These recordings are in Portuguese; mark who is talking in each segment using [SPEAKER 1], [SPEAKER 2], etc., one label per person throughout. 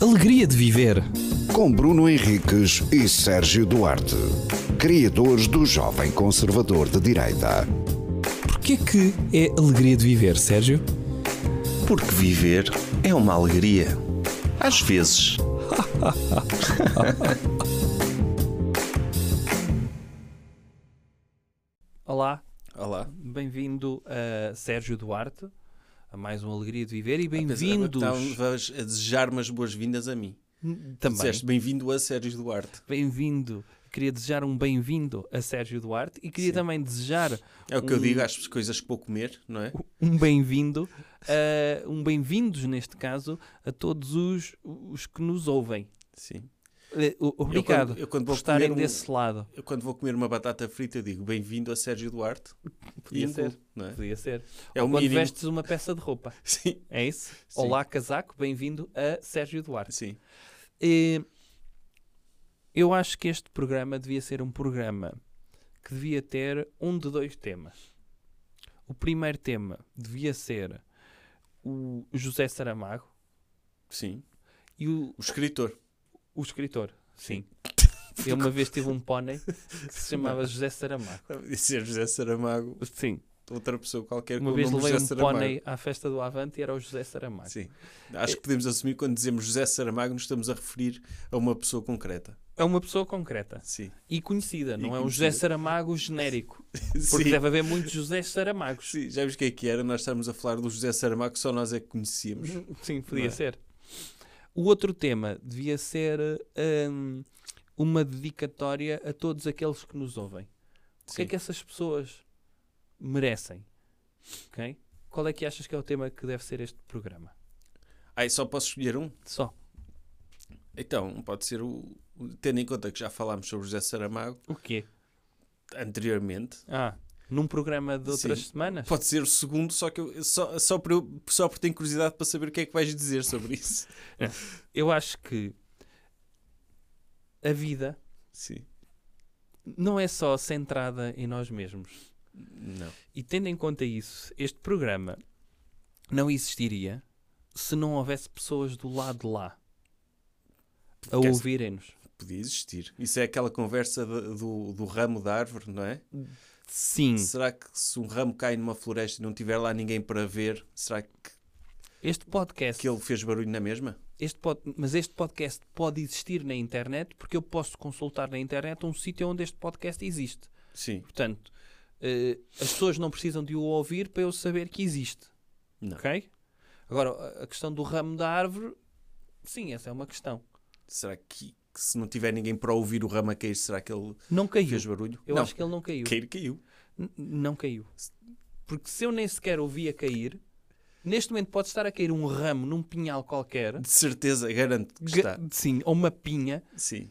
[SPEAKER 1] alegria de viver.
[SPEAKER 2] Com Bruno Henriques e Sérgio Duarte, criadores do Jovem Conservador de Direita.
[SPEAKER 1] Porquê que é alegria de viver, Sérgio?
[SPEAKER 3] Porque viver é uma alegria. Às vezes.
[SPEAKER 4] Olá,
[SPEAKER 5] Olá.
[SPEAKER 4] bem-vindo a Sérgio Duarte, a mais uma Alegria de Viver
[SPEAKER 5] Ah,
[SPEAKER 4] e
[SPEAKER 5] é,
[SPEAKER 4] bem-vindos
[SPEAKER 5] Estavas então a desejar umas boas-vindas a mim.
[SPEAKER 4] também.
[SPEAKER 5] Dizeste bem-vindo a Sérgio Duarte.
[SPEAKER 4] Bem-vindo. Queria desejar um bem-vindo a Sérgio Duarte e queria também desejar
[SPEAKER 5] É o que
[SPEAKER 4] Um-
[SPEAKER 5] eu digo às coisas que vou comer, não é?
[SPEAKER 4] um bem-vindo, a- um bem-vindos neste caso a todos os, os que nos ouvem.
[SPEAKER 5] Sim.
[SPEAKER 4] Eh, o- Obrigado
[SPEAKER 5] Eu quando, eu quando
[SPEAKER 4] por
[SPEAKER 5] vou
[SPEAKER 4] estarem
[SPEAKER 5] comer um-
[SPEAKER 4] desse lado.
[SPEAKER 5] eu quando vou comer uma batata frita, eu digo bem-vindo a Sérgio Duarte.
[SPEAKER 4] Podia
[SPEAKER 5] E é
[SPEAKER 4] ser.
[SPEAKER 5] full, não é?
[SPEAKER 4] Podia ser.
[SPEAKER 5] É o
[SPEAKER 4] Quando
[SPEAKER 5] mínimo.
[SPEAKER 4] vestes uma peça de roupa,
[SPEAKER 5] Sim,
[SPEAKER 4] é isso?
[SPEAKER 5] Sim.
[SPEAKER 4] Olá, casaco, bem-vindo a Sérgio Duarte.
[SPEAKER 5] sim.
[SPEAKER 4] Eh, eu acho que este programa devia ser um programa que devia ter um de dois temas. O primeiro tema devia ser o José Saramago
[SPEAKER 5] Sim.
[SPEAKER 4] e o,
[SPEAKER 5] O escritor.
[SPEAKER 4] o escritor. Sim. Eu uma vez tive um pônei que se chamava José Saramago.
[SPEAKER 5] Podia ser José Saramago,
[SPEAKER 4] Sim.
[SPEAKER 5] outra pessoa qualquer
[SPEAKER 4] Uma
[SPEAKER 5] com
[SPEAKER 4] vez
[SPEAKER 5] o nome
[SPEAKER 4] levei
[SPEAKER 5] José
[SPEAKER 4] um
[SPEAKER 5] Saramago.
[SPEAKER 4] pônei à festa do Avante e era o José Saramago.
[SPEAKER 5] Sim. Acho que podemos assumir que quando dizemos José Saramago, nos estamos a referir a uma pessoa concreta.
[SPEAKER 4] É uma pessoa concreta
[SPEAKER 5] Sim.
[SPEAKER 4] e conhecida, não é um
[SPEAKER 5] conhecida.
[SPEAKER 4] José Saramago genérico. Porque
[SPEAKER 5] sim.
[SPEAKER 4] deve haver muitos José Saramagos.
[SPEAKER 5] Sim, já vimos quem é que era, nós estamos a falar do José Saramago, que só nós é que conhecíamos.
[SPEAKER 4] Sim, podia
[SPEAKER 5] é?
[SPEAKER 4] ser. O outro tema devia ser hum, uma dedicatória a todos aqueles que nos ouvem. O que é
[SPEAKER 5] Sim.
[SPEAKER 4] que essas pessoas merecem? Ok? Qual é que achas que é o tema que deve ser este programa?
[SPEAKER 5] Ah, e só posso escolher um?
[SPEAKER 4] Só.
[SPEAKER 5] Então, pode ser o. o- Tendo em conta que já falámos sobre José Saramago
[SPEAKER 4] O quê?
[SPEAKER 5] anteriormente,
[SPEAKER 4] Ah, num programa de outras
[SPEAKER 5] Sim.
[SPEAKER 4] semanas?
[SPEAKER 5] pode ser o segundo, só que eu, só, só, por eu, só por tenho curiosidade para saber o que é que vais dizer sobre isso.
[SPEAKER 4] Eu acho que a vida
[SPEAKER 5] Sim.
[SPEAKER 4] não é só centrada em nós mesmos.
[SPEAKER 5] Não.
[SPEAKER 4] E tendo em conta isso, este programa não existiria se não houvesse pessoas do lado de lá a
[SPEAKER 5] Quer-
[SPEAKER 4] ouvirem-nos.
[SPEAKER 5] Podia existir. Isso é aquela conversa de- do, do ramo da árvore, não é?
[SPEAKER 4] Sim,
[SPEAKER 5] Será que se um ramo cai numa floresta e não tiver lá ninguém para ver, será que,
[SPEAKER 4] este podcast,
[SPEAKER 5] que ele fez barulho na mesma?
[SPEAKER 4] este pod- mas este podcast pode existir na internet porque eu posso consultar na internet um sítio onde este podcast existe.
[SPEAKER 5] Sim.
[SPEAKER 4] Portanto, eh, as pessoas não precisam de o ouvir para eu saber que existe.
[SPEAKER 5] Não.
[SPEAKER 4] Ok? Agora, a- a questão do ramo da árvore, sim, essa é uma questão.
[SPEAKER 5] Será que, que se não tiver ninguém para ouvir o ramo a cair, será que ele
[SPEAKER 4] Não caiu.
[SPEAKER 5] fez barulho?
[SPEAKER 4] Eu
[SPEAKER 5] não,
[SPEAKER 4] acho que ele não caiu.
[SPEAKER 5] cair caiu.
[SPEAKER 4] N- Não caiu. Porque se eu nem sequer ouvia cair, neste momento pode estar a cair um ramo num pinhal qualquer,
[SPEAKER 5] De certeza, garanto que está.
[SPEAKER 4] ga- sim, ou uma pinha,
[SPEAKER 5] Sim.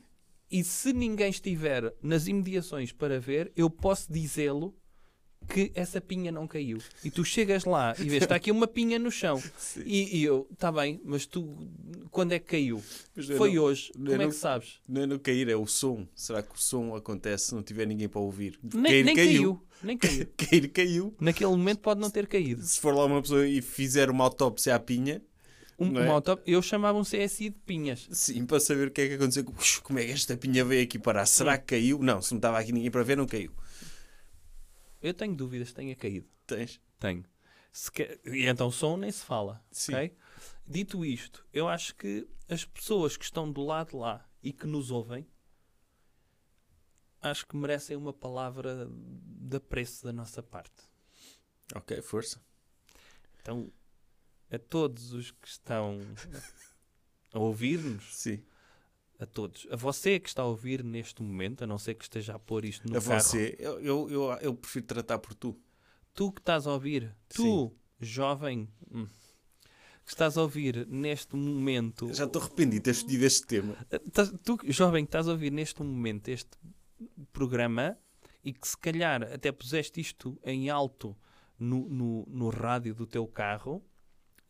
[SPEAKER 4] e se ninguém estiver nas imediações para ver, eu posso dizê-lo que essa pinha não caiu. E tu chegas lá e vês, está aqui uma pinha no chão. E, e eu, está bem, mas tu, quando é que caiu?
[SPEAKER 5] Mas eu
[SPEAKER 4] Foi
[SPEAKER 5] não-
[SPEAKER 4] hoje.
[SPEAKER 5] eu
[SPEAKER 4] Como é
[SPEAKER 5] não-
[SPEAKER 4] que sabes?
[SPEAKER 5] Não é no cair, é o som. Será que o som acontece se não tiver ninguém para ouvir?
[SPEAKER 4] Nem, nem caiu. Nem caiu.
[SPEAKER 5] Cair caiu.
[SPEAKER 4] Naquele momento pode não ter caído.
[SPEAKER 5] Se for lá uma pessoa e fizer uma autópsia à pinha,
[SPEAKER 4] Um,
[SPEAKER 5] Não é?
[SPEAKER 4] uma auto- Eu chamava um CSI de pinhas.
[SPEAKER 5] sim, para saber o que é que aconteceu. Ux, como é que esta pinha veio aqui parar? Será que caiu? Não, se não estava aqui ninguém para ver, não caiu.
[SPEAKER 4] Eu tenho dúvidas que tenha caído.
[SPEAKER 5] Tens?
[SPEAKER 4] Tenho. Se que- E então som nem se fala.
[SPEAKER 5] Sim.
[SPEAKER 4] ok? Dito isto, eu acho que as pessoas que estão do lado lá e que nos ouvem, acho que merecem uma palavra de apreço da nossa parte.
[SPEAKER 5] Ok, força.
[SPEAKER 4] Então, a todos os que estão a ouvir-nos,
[SPEAKER 5] Sim.
[SPEAKER 4] a todos, a você que está a ouvir neste momento, a não ser que esteja a pôr isto no
[SPEAKER 5] a
[SPEAKER 4] carro,
[SPEAKER 5] você, eu, eu, eu, eu prefiro tratar por tu.
[SPEAKER 4] tu que estás a ouvir, tu, jovem, hum, que estás a ouvir neste momento,
[SPEAKER 5] Já estou arrependido de ter escolhido este tema.
[SPEAKER 4] Tás- tu, jovem, que estás a ouvir neste momento este programa e que se calhar até puseste isto em alto no, no, no rádio do teu carro.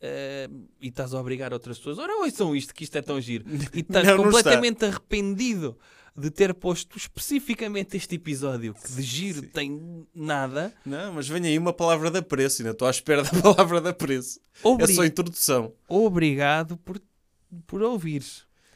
[SPEAKER 4] eh, e estás a obrigar outras pessoas, ora ouçam isto, que isto é tão giro, e estás
[SPEAKER 5] Não, não
[SPEAKER 4] completamente arrependido de ter posto especificamente este episódio que de giro tem nada.
[SPEAKER 5] Não, mas vem aí uma palavra de apreço, ainda estou à espera da palavra de apreço. É
[SPEAKER 4] Obri-
[SPEAKER 5] só a introdução.
[SPEAKER 4] Obrigado por por ouvir.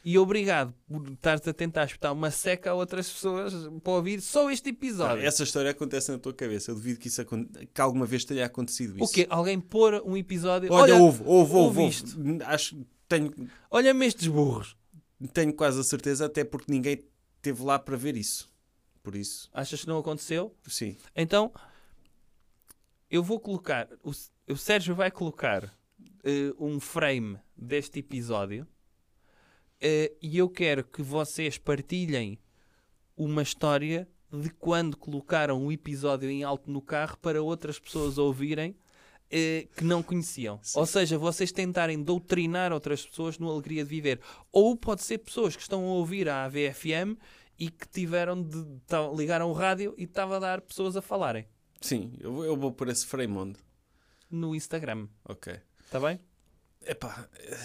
[SPEAKER 4] E obrigado por estares a tentar espetar uma seca a outras pessoas para ouvir só este episódio.
[SPEAKER 5] Essa história acontece na tua cabeça. Eu duvido que, isso acon- que alguma vez tenha acontecido isso.
[SPEAKER 4] O quê? Alguém pôr um episódio.
[SPEAKER 5] Olha, houve, houve, houve,
[SPEAKER 4] ouve
[SPEAKER 5] houve.
[SPEAKER 4] isto.
[SPEAKER 5] Acho, tenho,
[SPEAKER 4] Olha-me estes burros.
[SPEAKER 5] tenho quase a certeza, até porque ninguém esteve lá para ver isso. Por isso,
[SPEAKER 4] Achas que não aconteceu?
[SPEAKER 5] sim.
[SPEAKER 4] Então, eu vou colocar. O, S- o Sérgio vai colocar eh, um frame deste episódio eh, e eu quero que vocês partilhem uma história de quando colocaram o episódio em alto no carro para outras pessoas ouvirem eh, que não conheciam. Ou seja, vocês tentarem doutrinar outras pessoas no Alegria de Viver. Ou pode ser pessoas que estão a ouvir a AVFM e que tiveram de. tal- ligaram o rádio e estava a dar pessoas a falarem
[SPEAKER 5] Sim, eu, vou- eu vou pôr esse frame onde?
[SPEAKER 4] no Instagram.
[SPEAKER 5] Ok.
[SPEAKER 4] Está bem?
[SPEAKER 5] Epá, eh,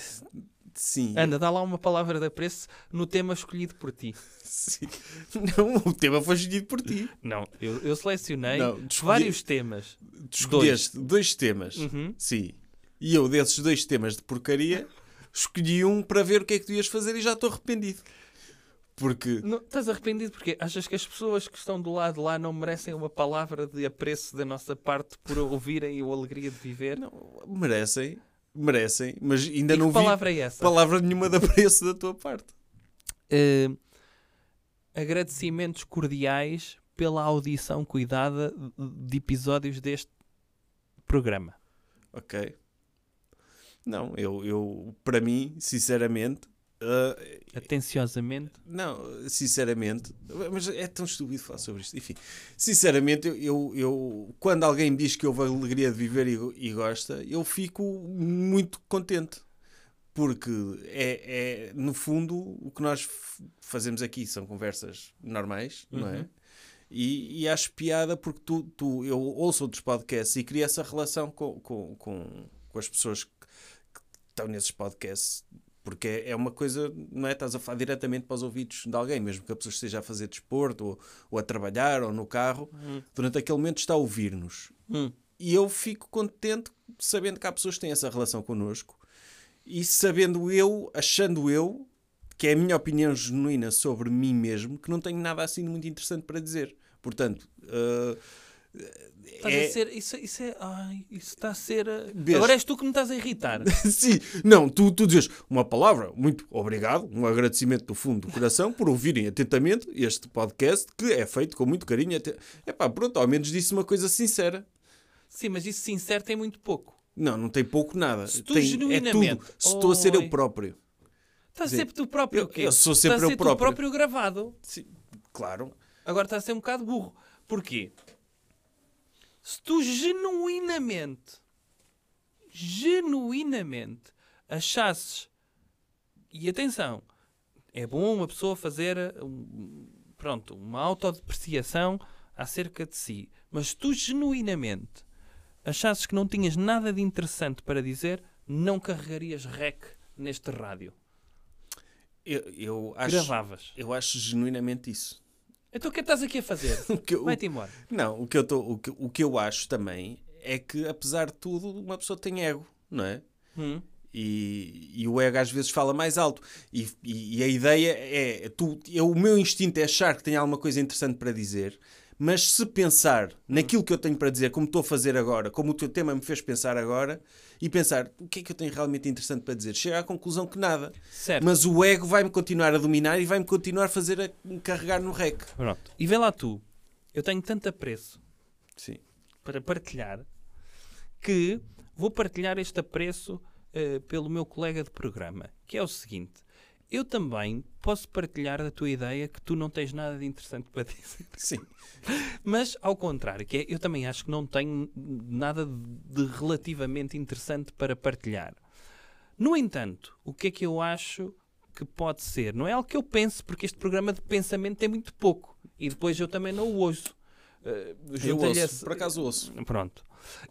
[SPEAKER 5] sim.
[SPEAKER 4] Anda, dá lá uma palavra de apreço no tema escolhido por ti.
[SPEAKER 5] sim. Não, o tema foi escolhido por ti.
[SPEAKER 4] Não, eu, eu selecionei
[SPEAKER 5] Não, escolhi-
[SPEAKER 4] vários temas.
[SPEAKER 5] Tu escolheste dois, temas.
[SPEAKER 4] Uhum.
[SPEAKER 5] Sim. E eu, desses dois temas de porcaria, escolhi um para ver o que é que tu ias fazer e já estou arrependido. Porque.
[SPEAKER 4] Não, estás arrependido porque achas que as pessoas que estão do lado lá não merecem uma palavra de apreço da nossa parte por ouvirem o Alegria de Viver?
[SPEAKER 5] Não, merecem, merecem, mas ainda
[SPEAKER 4] E que
[SPEAKER 5] não vi
[SPEAKER 4] palavra é essa?
[SPEAKER 5] palavra nenhuma de apreço da tua parte.
[SPEAKER 4] Eh, agradecimentos cordiais pela audição cuidada de episódios deste programa.
[SPEAKER 5] Ok. Não, eu, eu para mim, sinceramente. ah,
[SPEAKER 4] Atenciosamente.
[SPEAKER 5] Não, sinceramente, mas é tão estúpido falar sobre isto. Enfim, sinceramente, eu, eu, eu- quando alguém me diz que houve a alegria de viver e, e gosta, eu fico muito contente. Porque é, é, no fundo, o que nós f- fazemos aqui são conversas normais, não é? E, e acho piada porque tu, tu, eu ouço outros podcasts e crio essa relação com, com, com, com as pessoas que estão nesses podcasts porque é- é uma coisa, não é? Estás a falar diretamente para os ouvidos de alguém, mesmo que a pessoa esteja a fazer desporto ou, ou a trabalhar ou no carro, durante aquele momento está a ouvir-nos. E eu fico contente sabendo que há pessoas que têm essa relação connosco e sabendo eu, achando eu, que é a minha opinião genuína sobre mim mesmo, que não tenho nada assim muito interessante para dizer. Portanto, ah,
[SPEAKER 4] Estás
[SPEAKER 5] É-
[SPEAKER 4] a ser. Isso, isso é. Ai, isso está a ser. eh,
[SPEAKER 5] Besta.
[SPEAKER 4] Agora és tu que me estás a irritar.
[SPEAKER 5] Sim, não, tu, tu dizes uma palavra, muito obrigado, um agradecimento do fundo do coração por ouvirem atentamente este podcast que é feito com muito carinho. É pá, pronto, ao menos disse uma coisa sincera.
[SPEAKER 4] Sim, mas isso sincero tem muito pouco.
[SPEAKER 5] Não, não tem pouco nada.
[SPEAKER 4] Se tu
[SPEAKER 5] tem, É
[SPEAKER 4] genuinamente-
[SPEAKER 5] tudo. Se estou a ser
[SPEAKER 4] Oi.
[SPEAKER 5] eu próprio.
[SPEAKER 4] Estás
[SPEAKER 5] Sim.
[SPEAKER 4] sempre tu próprio.
[SPEAKER 5] Eu-
[SPEAKER 4] o quê?
[SPEAKER 5] eu sou
[SPEAKER 4] Estás a
[SPEAKER 5] sempre eu
[SPEAKER 4] ser tu
[SPEAKER 5] próprio.
[SPEAKER 4] próprio gravado.
[SPEAKER 5] Sim, claro.
[SPEAKER 4] Agora está a ser um bocado burro. Porquê? Se tu genuinamente, genuinamente achasses, e atenção, é bom uma pessoa fazer um, pronto, uma autodepreciação acerca de si, mas se tu genuinamente achasses que não tinhas nada de interessante para dizer, não carregarias rec neste rádio.
[SPEAKER 5] Eu, eu acho,
[SPEAKER 4] Gravavas.
[SPEAKER 5] Eu acho genuinamente isso.
[SPEAKER 4] Então o que é que estás aqui a fazer?
[SPEAKER 5] que eu-
[SPEAKER 4] Vai-te embora.
[SPEAKER 5] Não, o que, eu tô, o, que, o que eu acho também é que, apesar de tudo, uma pessoa tem ego, não é? E, e o ego às vezes fala mais alto. E, e- e a ideia é: tu, eu, o meu instinto é achar que tenho alguma coisa interessante para dizer, mas se pensar naquilo que eu tenho para dizer, como estou a fazer agora, como o teu tema me fez pensar agora, e pensar o que é que eu tenho realmente interessante para dizer, chego à conclusão que nada.
[SPEAKER 4] Certo.
[SPEAKER 5] Mas o ego vai-me continuar a dominar e vai-me continuar a fazer a carregar no rec.
[SPEAKER 4] Pronto. E vê lá tu, eu tenho tanto apreço
[SPEAKER 5] Sim.
[SPEAKER 4] para partilhar que vou partilhar este apreço eh, pelo meu colega de programa, que é o seguinte. Eu também posso partilhar da tua ideia que tu não tens nada de interessante para dizer.
[SPEAKER 5] Sim.
[SPEAKER 4] Mas ao contrário, que é, eu também acho que não tenho nada de relativamente interessante para partilhar. No entanto, o que é que eu acho que pode ser? Não é algo que eu penso, porque este programa de pensamento tem muito pouco e depois eu também não o ouço. Eh,
[SPEAKER 5] Eu
[SPEAKER 4] junta-lhe
[SPEAKER 5] ouço,
[SPEAKER 4] esse-
[SPEAKER 5] por acaso ouço.
[SPEAKER 4] Pronto.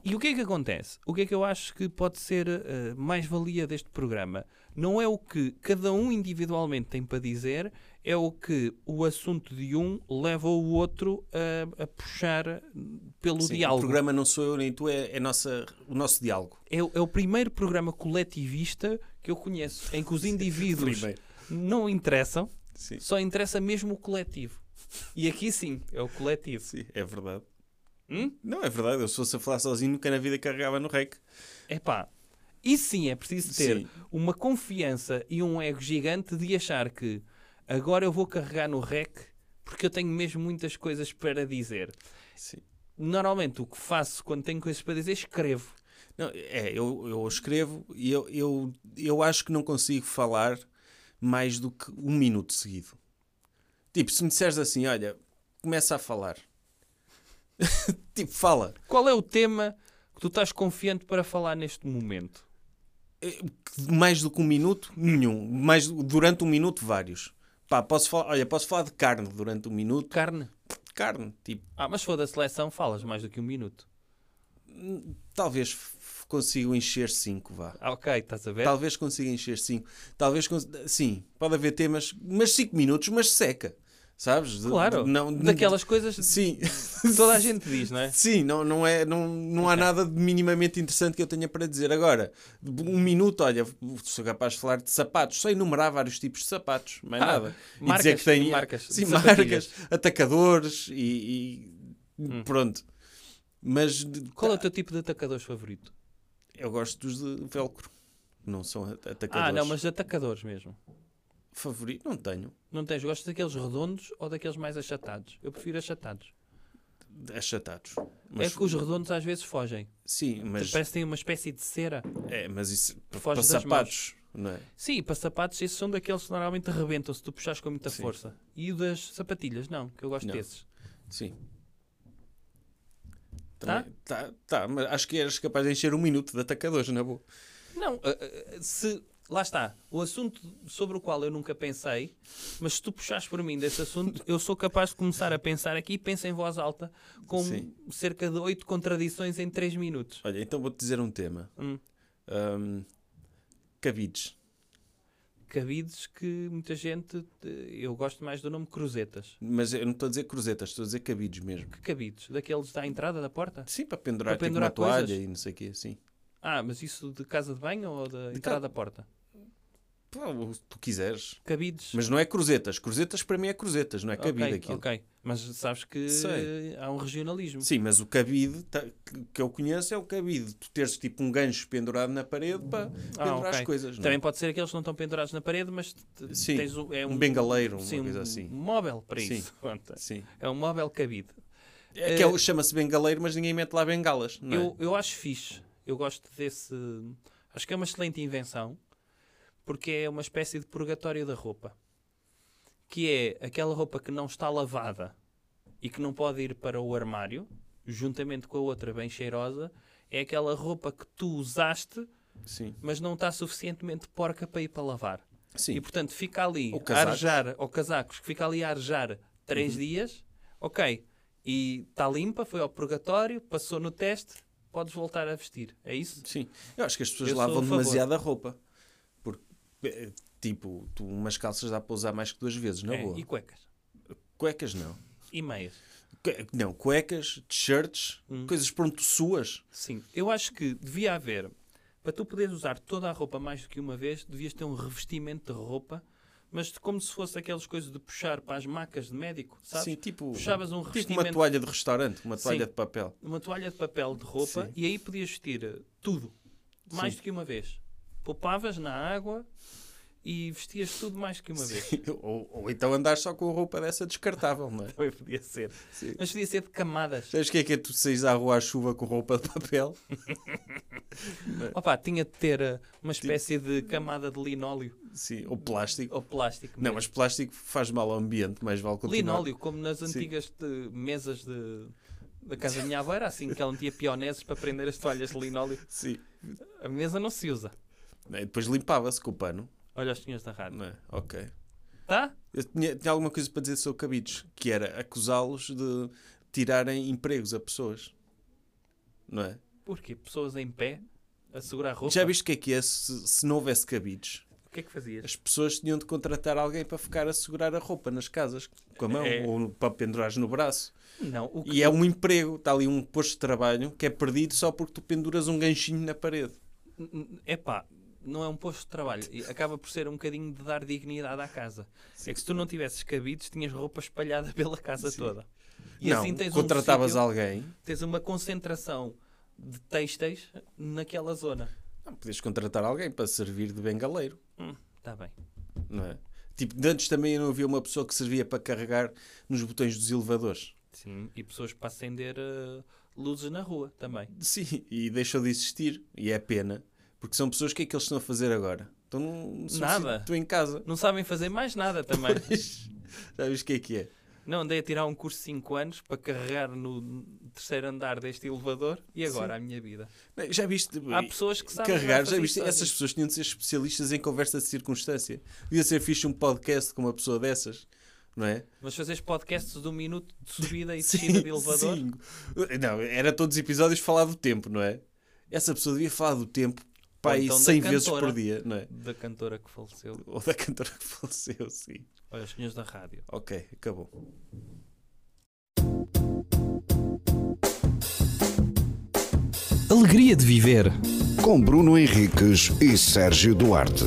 [SPEAKER 4] E o que é que acontece? O que é que eu acho que pode ser eh, mais-valia deste programa? Não é o que cada um individualmente tem para dizer, é o que o assunto de um leva o outro a, a puxar pelo
[SPEAKER 5] Sim, o
[SPEAKER 4] diálogo.
[SPEAKER 5] programa não sou eu nem tu, é, é nossa, o nosso diálogo.
[SPEAKER 4] É, o- é o primeiro programa coletivista que eu conheço, em que os indivíduos
[SPEAKER 5] Primeiro.
[SPEAKER 4] não interessam,
[SPEAKER 5] Sim.
[SPEAKER 4] só interessa mesmo o coletivo. E aqui sim, é o coletivo.
[SPEAKER 5] Sim, é verdade. Não, é verdade. Eu se fosse a falar sozinho, nunca na vida carregava no rec.
[SPEAKER 4] Epá, e sim é preciso ter
[SPEAKER 5] Sim.
[SPEAKER 4] uma confiança e um ego gigante de achar que agora eu vou carregar no rec porque eu tenho mesmo muitas coisas para dizer.
[SPEAKER 5] Sim.
[SPEAKER 4] Normalmente o que faço quando tenho coisas para dizer, escrevo.
[SPEAKER 5] Não, é, eu, eu escrevo e eu, eu, eu acho que não consigo falar mais do que um minuto seguido. Tipo, se me disseres assim, olha, começa a falar. tipo, fala.
[SPEAKER 4] Qual é o tema que tu estás confiante para falar neste momento?
[SPEAKER 5] Mais do que um minuto, nenhum. Mais, durante um minuto, vários. Pá, posso falar, olha, posso falar de carne durante um minuto.
[SPEAKER 4] Carne.
[SPEAKER 5] Carne, tipo,
[SPEAKER 4] Ah, mas se for da seleção, falas mais do que um minuto.
[SPEAKER 5] talvez f- consigo encher cinco, vá.
[SPEAKER 4] Ah, ok, estás a ver?
[SPEAKER 5] Talvez consiga encher 5. Talvez cons- Sim, pode haver temas, mas 5 minutos, mas seca. Sabes? De-
[SPEAKER 4] Claro,
[SPEAKER 5] de- não, de-
[SPEAKER 4] daquelas coisas que
[SPEAKER 5] Sim.
[SPEAKER 4] toda a gente diz, não é?
[SPEAKER 5] Sim, não, não, é, não, não há nada de minimamente interessante que eu tenha para dizer. Agora, um minuto, olha, sou capaz de falar de sapatos, só enumerar vários tipos de sapatos, mais
[SPEAKER 4] Ah,
[SPEAKER 5] nada.
[SPEAKER 4] marcas,
[SPEAKER 5] e dizer que tem
[SPEAKER 4] marcas,
[SPEAKER 5] sim,
[SPEAKER 4] sapatilhas. Hum.
[SPEAKER 5] marcas atacadores e, e- pronto. Mas de-
[SPEAKER 4] Qual é o teu tipo de atacadores favorito?
[SPEAKER 5] eu gosto dos de velcro, não são at- atacadores.
[SPEAKER 4] Ah, não, mas atacadores mesmo.
[SPEAKER 5] Favorito? Não tenho.
[SPEAKER 4] Não tens? Gostas daqueles redondos ou daqueles mais achatados? Eu prefiro achatados.
[SPEAKER 5] Achatados. É Mas,
[SPEAKER 4] É que os redondos às vezes fogem.
[SPEAKER 5] Sim, mas,
[SPEAKER 4] Parece que têm uma espécie de cera.
[SPEAKER 5] é, mas isso para
[SPEAKER 4] Foge
[SPEAKER 5] para
[SPEAKER 4] das
[SPEAKER 5] sapatos, não é?
[SPEAKER 4] Sim, para sapatos, esses são daqueles que normalmente arrebentam se tu puxares com muita força. E o das sapatilhas, não, que eu gosto
[SPEAKER 5] Não.
[SPEAKER 4] desses.
[SPEAKER 5] Sim.
[SPEAKER 4] Tá?
[SPEAKER 5] Também- tá? Tá, mas acho que eras capaz de encher um minuto de atacadores, não é boa?
[SPEAKER 4] Não, ah, ah, ah, se. Lá está. O assunto sobre o qual eu nunca pensei, mas se tu puxares por mim desse assunto, eu sou capaz de começar a pensar aqui e penso em voz alta com
[SPEAKER 5] Sim.
[SPEAKER 4] cerca de oito contradições em três minutos.
[SPEAKER 5] Olha, então vou-te dizer um tema.
[SPEAKER 4] Hum.
[SPEAKER 5] Ahm, cabides.
[SPEAKER 4] Cabides que muita gente. eh, Eu gosto mais do nome cruzetas.
[SPEAKER 5] Mas eu não estou a dizer cruzetas, estou a dizer cabides mesmo.
[SPEAKER 4] Que cabides? Daqueles da entrada da porta?
[SPEAKER 5] Sim, para pendurar,
[SPEAKER 4] Para
[SPEAKER 5] tipo,
[SPEAKER 4] pendurar
[SPEAKER 5] uma toalha
[SPEAKER 4] coisas.
[SPEAKER 5] e não sei o quê, sim.
[SPEAKER 4] Ah, mas isso de casa de banho ou da
[SPEAKER 5] De
[SPEAKER 4] entrada
[SPEAKER 5] ca-
[SPEAKER 4] da porta?
[SPEAKER 5] Pá, o que tu quiseres.
[SPEAKER 4] Cabides.
[SPEAKER 5] Mas não é cruzetas. Cruzetas para mim é cruzetas, não é cabide
[SPEAKER 4] ok,
[SPEAKER 5] aquilo.
[SPEAKER 4] ok. Mas sabes que
[SPEAKER 5] Sei.
[SPEAKER 4] eh, há um regionalismo.
[SPEAKER 5] Sim, mas o cabide tá- que- que eu conheço é o cabide. de Tu teres tipo um gancho pendurado na parede para
[SPEAKER 4] Ah,
[SPEAKER 5] pendurar as
[SPEAKER 4] ok.
[SPEAKER 5] coisas. não é?
[SPEAKER 4] Também pode ser aqueles que não estão pendurados na parede, mas t-
[SPEAKER 5] Sim,
[SPEAKER 4] tens um, é
[SPEAKER 5] um bengaleiro, uma
[SPEAKER 4] sim,
[SPEAKER 5] coisa
[SPEAKER 4] um
[SPEAKER 5] assim.
[SPEAKER 4] móvel para
[SPEAKER 5] Sim.
[SPEAKER 4] isso. Pronto.
[SPEAKER 5] Sim.
[SPEAKER 4] É um móvel cabide.
[SPEAKER 5] É que é o- chama-se bengaleiro, mas ninguém mete lá bengalas. Não é?
[SPEAKER 4] Eh, Eu, eu acho fixe. Eu gosto desse. Acho que é uma excelente invenção porque é uma espécie de purgatório da roupa. Que é aquela roupa que não está lavada e que não pode ir para o armário, juntamente com a outra bem cheirosa. É aquela roupa que tu usaste,
[SPEAKER 5] Sim.
[SPEAKER 4] mas não está suficientemente porca para ir para lavar.
[SPEAKER 5] Sim.
[SPEAKER 4] E portanto fica ali
[SPEAKER 5] Ou
[SPEAKER 4] a
[SPEAKER 5] casacos.
[SPEAKER 4] arjar, ou casacos, que fica ali a arjar três
[SPEAKER 5] Uhum.
[SPEAKER 4] dias, ok, e está limpa, foi ao purgatório, passou no teste, podes voltar a vestir. É isso?
[SPEAKER 5] Sim. Eu acho que as pessoas
[SPEAKER 4] Eu sou a
[SPEAKER 5] lavam
[SPEAKER 4] favor.
[SPEAKER 5] demasiada roupa. Porque, eh, tipo, tu umas calças dá para usar mais que duas vezes, na
[SPEAKER 4] É,
[SPEAKER 5] boa.
[SPEAKER 4] E cuecas.
[SPEAKER 5] Cuecas não.
[SPEAKER 4] E meias.
[SPEAKER 5] Que- Não, cuecas, t-shirts,
[SPEAKER 4] Hum.
[SPEAKER 5] coisas pronto suas.
[SPEAKER 4] Sim. Eu acho que devia haver, para tu poderes usar toda a roupa mais do que uma vez, devias ter um revestimento de roupa, mas de- como se fosse aquelas coisas de puxar para as macas de médico, sabes?
[SPEAKER 5] Sim, tipo,
[SPEAKER 4] Puxavas um
[SPEAKER 5] tipo uma
[SPEAKER 4] revestimento
[SPEAKER 5] toalha de restaurante, uma
[SPEAKER 4] Sim.
[SPEAKER 5] toalha de papel.
[SPEAKER 4] uma toalha de papel de roupa
[SPEAKER 5] Sim.
[SPEAKER 4] e aí podias vestir eh, tudo, mais do que uma vez. Poupavas na água e vestias tudo mais que uma vez.
[SPEAKER 5] ou, ou então andar só com a roupa dessa descartável, não é?
[SPEAKER 4] Também podia ser. Mas podia ser de camadas.
[SPEAKER 5] Sabes o que é que é tu saís à rua à chuva com roupa de papel?
[SPEAKER 4] Opa, tinha de ter eh, uma espécie de camada de linóleo
[SPEAKER 5] Sim, ou plástico.
[SPEAKER 4] ou plástico.
[SPEAKER 5] Não, mas
[SPEAKER 4] mesmo.
[SPEAKER 5] plástico faz mal ao ambiente, mais vale continuar.
[SPEAKER 4] linóleo, como nas antigas eh, mesas de- da casa da minha avó, era assim que ela metia pioneses para prender as toalhas de linóleo.
[SPEAKER 5] Sim. Né,
[SPEAKER 4] A mesa não se usa.
[SPEAKER 5] E depois limpava-se com o pano.
[SPEAKER 4] Olha os senhores da rádio.
[SPEAKER 5] Não é? Ok.
[SPEAKER 4] Tá?
[SPEAKER 5] Eu tinha, tinha alguma coisa para dizer sobre cabides, que era acusá-los de tirarem empregos a pessoas. não é?
[SPEAKER 4] Porquê? Pessoas em pé a segurar roupa?
[SPEAKER 5] Já viste o que é que é se, se não houvesse cabides?
[SPEAKER 4] O que é que fazias?
[SPEAKER 5] As pessoas tinham de contratar alguém para ficar a segurar a roupa nas casas com a mão
[SPEAKER 4] É.
[SPEAKER 5] ou para pendurares no braço.
[SPEAKER 4] Não, o que...
[SPEAKER 5] E é um emprego, está ali um posto de trabalho que é perdido só porque tu penduras um ganchinho na parede.
[SPEAKER 4] é pá, não é um posto de trabalho. E Acaba por ser um bocadinho de dar dignidade à casa. É que se tu não tivesses cabides, tinhas roupa espalhada pela casa toda. E
[SPEAKER 5] não,
[SPEAKER 4] assim tens um
[SPEAKER 5] contratavas
[SPEAKER 4] sítio-
[SPEAKER 5] alguém.
[SPEAKER 4] Tens uma concentração de têxteis naquela zona.
[SPEAKER 5] Não, podias contratar alguém para servir de bengaleiro,
[SPEAKER 4] Está Hum, tá bem.
[SPEAKER 5] não é? Tipo, de antes também não havia uma pessoa que servia para carregar nos botões dos elevadores.
[SPEAKER 4] Sim, e pessoas para acender eh, luzes na rua também.
[SPEAKER 5] Sim, e deixou de existir. E é pena. Porque são pessoas, o que é que eles estão a fazer agora? Estão num, num
[SPEAKER 4] Nada.
[SPEAKER 5] Estou em casa.
[SPEAKER 4] Não sabem fazer mais nada também.
[SPEAKER 5] Já viste o que é que é?
[SPEAKER 4] Não, andei a tirar um curso de 5 anos para carregar no terceiro andar deste elevador e agora a minha vida.
[SPEAKER 5] Não, Já viste? eh,
[SPEAKER 4] Há pessoas que sabem
[SPEAKER 5] Carregar, já
[SPEAKER 4] fazer
[SPEAKER 5] viste?
[SPEAKER 4] isso,
[SPEAKER 5] Essas
[SPEAKER 4] sabes?
[SPEAKER 5] pessoas tinham de ser especialistas em conversa de circunstância. Devia ser fixe um podcast com uma pessoa dessas, não é?
[SPEAKER 4] Mas fazeres podcasts de um minuto de subida e descida de elevador?
[SPEAKER 5] sim. Não, era todos os episódios falar do tempo, não é? Essa pessoa devia falar do tempo pá, aí
[SPEAKER 4] então da
[SPEAKER 5] 100 vezes
[SPEAKER 4] cantora.
[SPEAKER 5] por dia, não é?
[SPEAKER 4] Da cantora que faleceu.
[SPEAKER 5] Ou da cantora que faleceu, sim.
[SPEAKER 4] Olha, os senhores da rádio.
[SPEAKER 5] Ok, acabou.
[SPEAKER 1] Alegria de viver.
[SPEAKER 2] Com Bruno Henriques e Sérgio Duarte,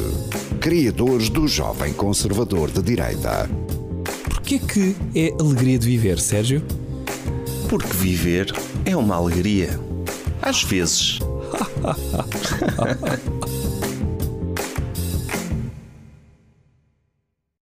[SPEAKER 2] criadores do Jovem Conservador de Direita.
[SPEAKER 1] Porquê que é alegria de viver, Sérgio?
[SPEAKER 3] Porque viver é uma alegria. Às vezes.